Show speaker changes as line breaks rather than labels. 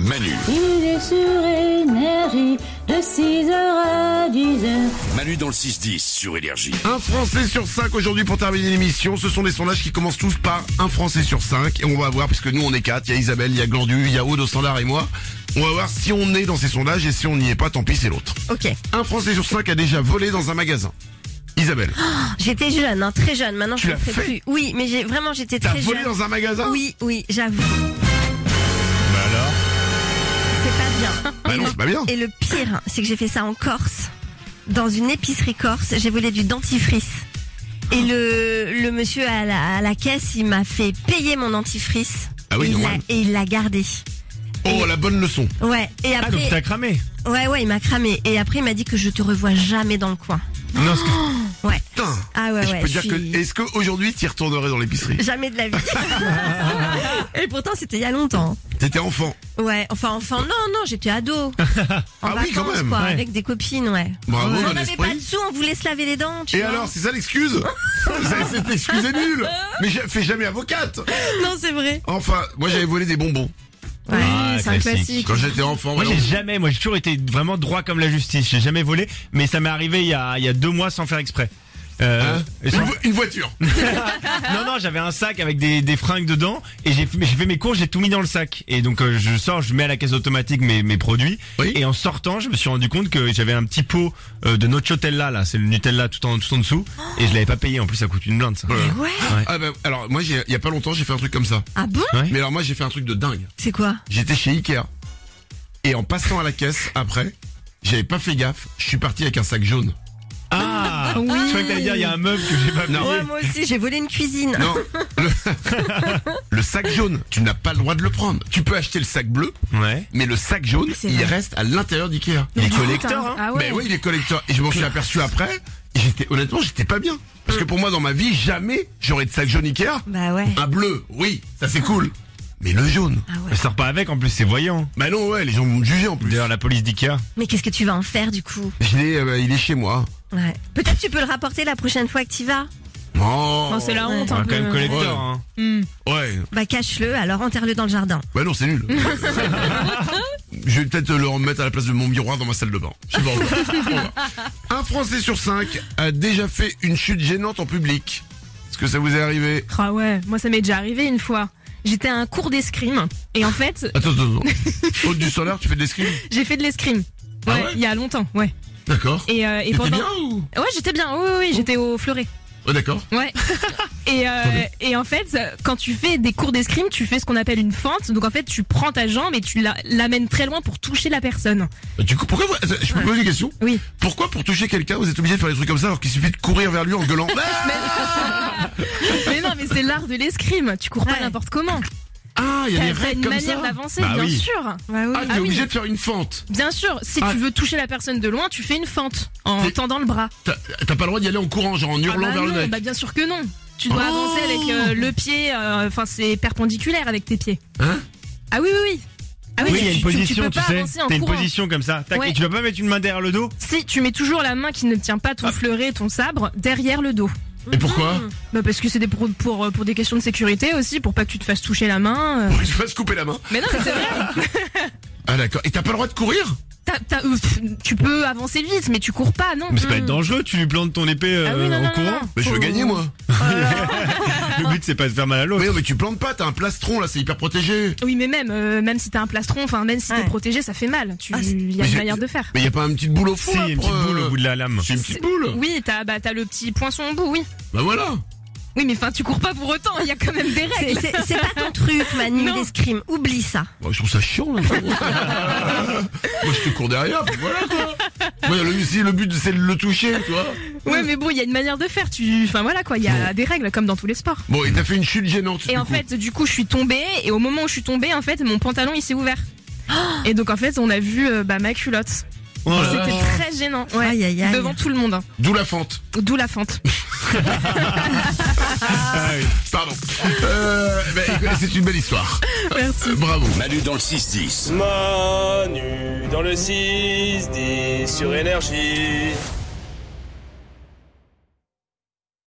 Manu.
Il est sur énergie de 6h à 10h.
Manu dans le 6-10 sur Énergie.
Un Français sur cinq aujourd'hui pour terminer l'émission. Ce sont des sondages qui commencent tous par un Français sur cinq. Et on va voir, puisque nous on est quatre, il y a Isabelle, il y a Glandu, il y a Aude au standard et moi. On va voir si on est dans ces sondages et si on n'y est pas, tant pis, c'est l'autre.
Ok.
Un Français sur cinq a déjà volé dans un magasin. Isabelle,
Ah, J'étais jeune, hein, très jeune. Maintenant,
Tu
je ne
l'as
fais
fait
plus. Oui, mais j'ai vraiment, j'étais
t'as
très
volé
jeune.
dans un magasin
Oui, oui, j'avoue,
Bah alors
c'est pas bien.
Bah non, c'est pas bien.
Et le pire, c'est que j'ai fait ça en Corse, dans une épicerie corse. J'ai volé du dentifrice. Et le, le monsieur à la, à la caisse, il m'a fait payer mon dentifrice.
Ah oui,
et, il l'a,
normal.
et il l'a gardé.
Oh, la bonne leçon.
Ouais. Et
Ah, donc
après,
t'as cramé
ouais, ouais, il m'a cramé. Et après, il m'a dit que je te revois jamais dans le coin.
Non, ce que-
Ouais.
Putain.
Ah ouais,
Et je
ouais,
peux
je
dire
suis-
que, est-ce qu'aujourd'hui t'y retournerais dans l'épicerie
Jamais de la vie. et pourtant, c'était il y a longtemps.
T'étais enfant.
Ouais, enfin, enfin, non, non, j'étais ado. en
Ah oui, quand
vacances,
même.
quoi,
Ouais.
avec des copines, ouais.
Bravo,
on
bon
n'avait
esprit.
pas de sous, on voulait se laver les dents, tu
Et
vois.
alors, c'est ça l'excuse C'est- Cette excuse est nulle Mais je- fais jamais avocate
Non, c'est vrai.
Enfin, moi j'avais volé des bonbons.
Ouais,
Ah,
c'est un
classique.
classique.
Quand j'étais enfant,
Moi,
alors-
j'ai jamais, moi, j'ai toujours été vraiment droit comme la justice. J'ai jamais volé, mais ça m'est arrivé il y a, il y a deux mois sans faire exprès. Euh, et sans-
une, vo- une voiture.
non, non, j'avais un sac avec des, des fringues dedans et j'ai j'ai fait mes cours, j'ai tout mis dans le sac. Et donc, euh, je sors, je mets à la caisse automatique mes, mes produits.
Oui.
Et en sortant, je me suis rendu compte que j'avais un petit pot euh, de Nocciotella, là. C'est le Nutella tout en, tout en dessous. Et je l'avais pas payé. En plus, ça coûte une blinde, ça.
Ouais.
Ouais.
Ah bah, alors moi, j'ai- il y a pas longtemps, j'ai fait un truc comme ça.
Ah bon
Ouais.
Mais alors moi, j'ai fait un truc de dingue.
C'est quoi
J'étais chez Ikea et en passant à la caisse après, j'avais pas fait gaffe. Je suis parti avec un sac jaune.
Ah! Je crois que t'allais dire, il y a un meuble que j'ai pas payé.
Ouais, moi aussi, j'ai volé une cuisine.
Ah Non, le, le sac jaune, tu n'as pas le droit de le prendre. Tu peux acheter le sac bleu,
Ouais.
mais le sac jaune,
C'est
il
vrai.
reste à l'intérieur d'Ikea.
Il est
Putain,
collector, hein.
Ah
Mais
ouais.
oui, il est collecteur. Et je m'en suis aperçu après. et J'étais honnêtement, j'étais pas bien. Parce que pour moi, dans ma vie, jamais j'aurais de sac jaune Ikea.
Bah ouais.
Un Ah, bleu, oui, ça c'est cool. Mais le jaune.
Ah ouais.
Elle sort pas avec, en plus, c'est voyant.
Bah non, ouais, les gens vont me juger en plus.
D'ailleurs, la police d'Ikea.
Mais qu'est-ce que tu vas en faire du coup
Je l'ai, euh, bah, il est chez moi.
Ouais. Peut-être tu peux le rapporter la prochaine fois que tu vas.
Oh.
Non, c'est la honte.
Ah,
un
quand
peu.
même collector,
Ouais.
hein.
Ouais.
Bah cache-le, alors enterre-le dans le jardin.
Bah non, c'est nul. Je vais peut-être le remettre à la place de mon miroir dans ma salle de bain. Je sais pas, on va- on va. Un Français sur cinq a déjà fait une chute gênante en public. Est-ce que ça vous est arrivé
Ah ouais, moi ça m'est déjà arrivé une fois. J'étais à un cours d'escrime et en fait,
Attends, attends, attends. Haute du solaire, tu fais de l'escrime
j'ai fait de l'escrime.
Ah
Ouais,
ouais
il y a longtemps, ouais.
D'accord.
Et, euh, et
T'étais
pendant.
bien ou
Ouais, j'étais bien, oui, oui, oui, j'étais au fleuret.
Ouais, d'accord.
Ouais. et, euh, et en fait, quand tu fais des cours d'escrime, tu fais ce qu'on appelle une fente. Donc en fait, tu prends ta jambe et tu la- l'amènes très loin pour toucher la personne.
Bah, Du coup, pourquoi vous- Je peux poser une question
Oui.
Pourquoi pour toucher quelqu'un, vous êtes obligé de faire des trucs comme ça alors qu'il suffit de courir vers lui en gueulant Ah
mais non, mais c'est l'art de l'escrime. Tu cours pas
Ouais.
n'importe comment.
Ah, il y a
T'as
des
t'as
règles
une
comme
manière
ça
d'avancer,
Bah
bien
oui.
sûr.
Ouais,
Ah, t'es
Ah oui.
obligé de faire une fente
Bien sûr, si
Ah.
tu veux toucher la personne de loin, tu fais une fente en
T'es-
tendant le bras.
T'as t'as pas le droit d'y aller en courant, genre en
Ah
hurlant
bah
vers
non,
le nez.
bah bien sûr que non. Tu dois
Oh.
avancer avec euh, le pied, euh, enfin c'est perpendiculaire avec tes pieds.
Hein
Ah oui, oui, oui. Ah oui,
Oui, il y a
tu-
une
tu-
position,
tu,
tu,
peux pas
sais.
avancer en
T'as une
courant.
position comme ça. Tac,
Ouais.
Et tu vas pas mettre une main derrière le dos
Si tu mets toujours la main qui ne tient pas ton fleuret, ton sabre, derrière le dos.
Et pourquoi
Bah parce que c'est des- pour, pour, pour des questions de sécurité aussi, pour pas que tu te fasses toucher la main. euh.
Pour que tu fasses couper la main.
Mais non, mais c'est vrai.
Ah d'accord. Et t'as pas le droit de courir
T'as- t'as- euh, pff, tu peux avancer vite, mais tu cours pas, non
Mais ça peut être dangereux, tu lui plantes ton épée euh,
Mm. Ah oui, non,
en
non, non,
courant.
non.
Mais je veux
Faut-
gagner moi.
Le but c'est pas de faire mal à l'autre.
Mais non, mais tu plantes pas, t'as un plastron là, c'est hyper protégé.
Oui, mais même, euh, même si t'as un plastron, enfin même si t'es
Ouais.
protégé, ça fait mal. Tu,
Ah, c'est-
il y a
Mais
une
j'ai-
manière de faire.
Mais y a pas une petite boule au
Si,
fond
il y
là,
a une
pour,
petite boule
euh,
au bout de la lame.
C'est une petite boule
Oui, t'as bah, t'as le petit poinçon au bout, oui.
Bah voilà
Oui, mais enfin, tu cours pas pour autant, il y a quand même des
C'est,
règles.
c'est- c'est pas ton truc, Manu,
Non.
l'escrime. Oublie ça.
Bah, je trouve ça chiant. là. Moi, je te cours derrière, puis voilà quoi. Moi, le, si le but, c'est de le toucher, tu vois.
Ouais, mais bon, il y a une manière de faire. Tu, enfin voilà quoi, il y a des règles comme dans tous les sports.
Bon, et t'as fait une chute gênante.
Et
du
en
coup.
fait, du coup, je suis tombée et au moment où je suis tombée, en fait, mon pantalon il s'est ouvert. Et donc en fait, on a vu euh, bah, ma culotte.
Oh là là.
C'était
Ah.
très gênant, ouais,
Aïe, aïe, aïe.
devant tout le monde. hein.
D'où la fente.
D'où la fente. Ah
Pardon. Euh, bah, écoute, c'est une belle histoire.
Merci.
Euh, Bravo.
Manu dans le 6-10.
Manu dans le 6-10 sur énergie.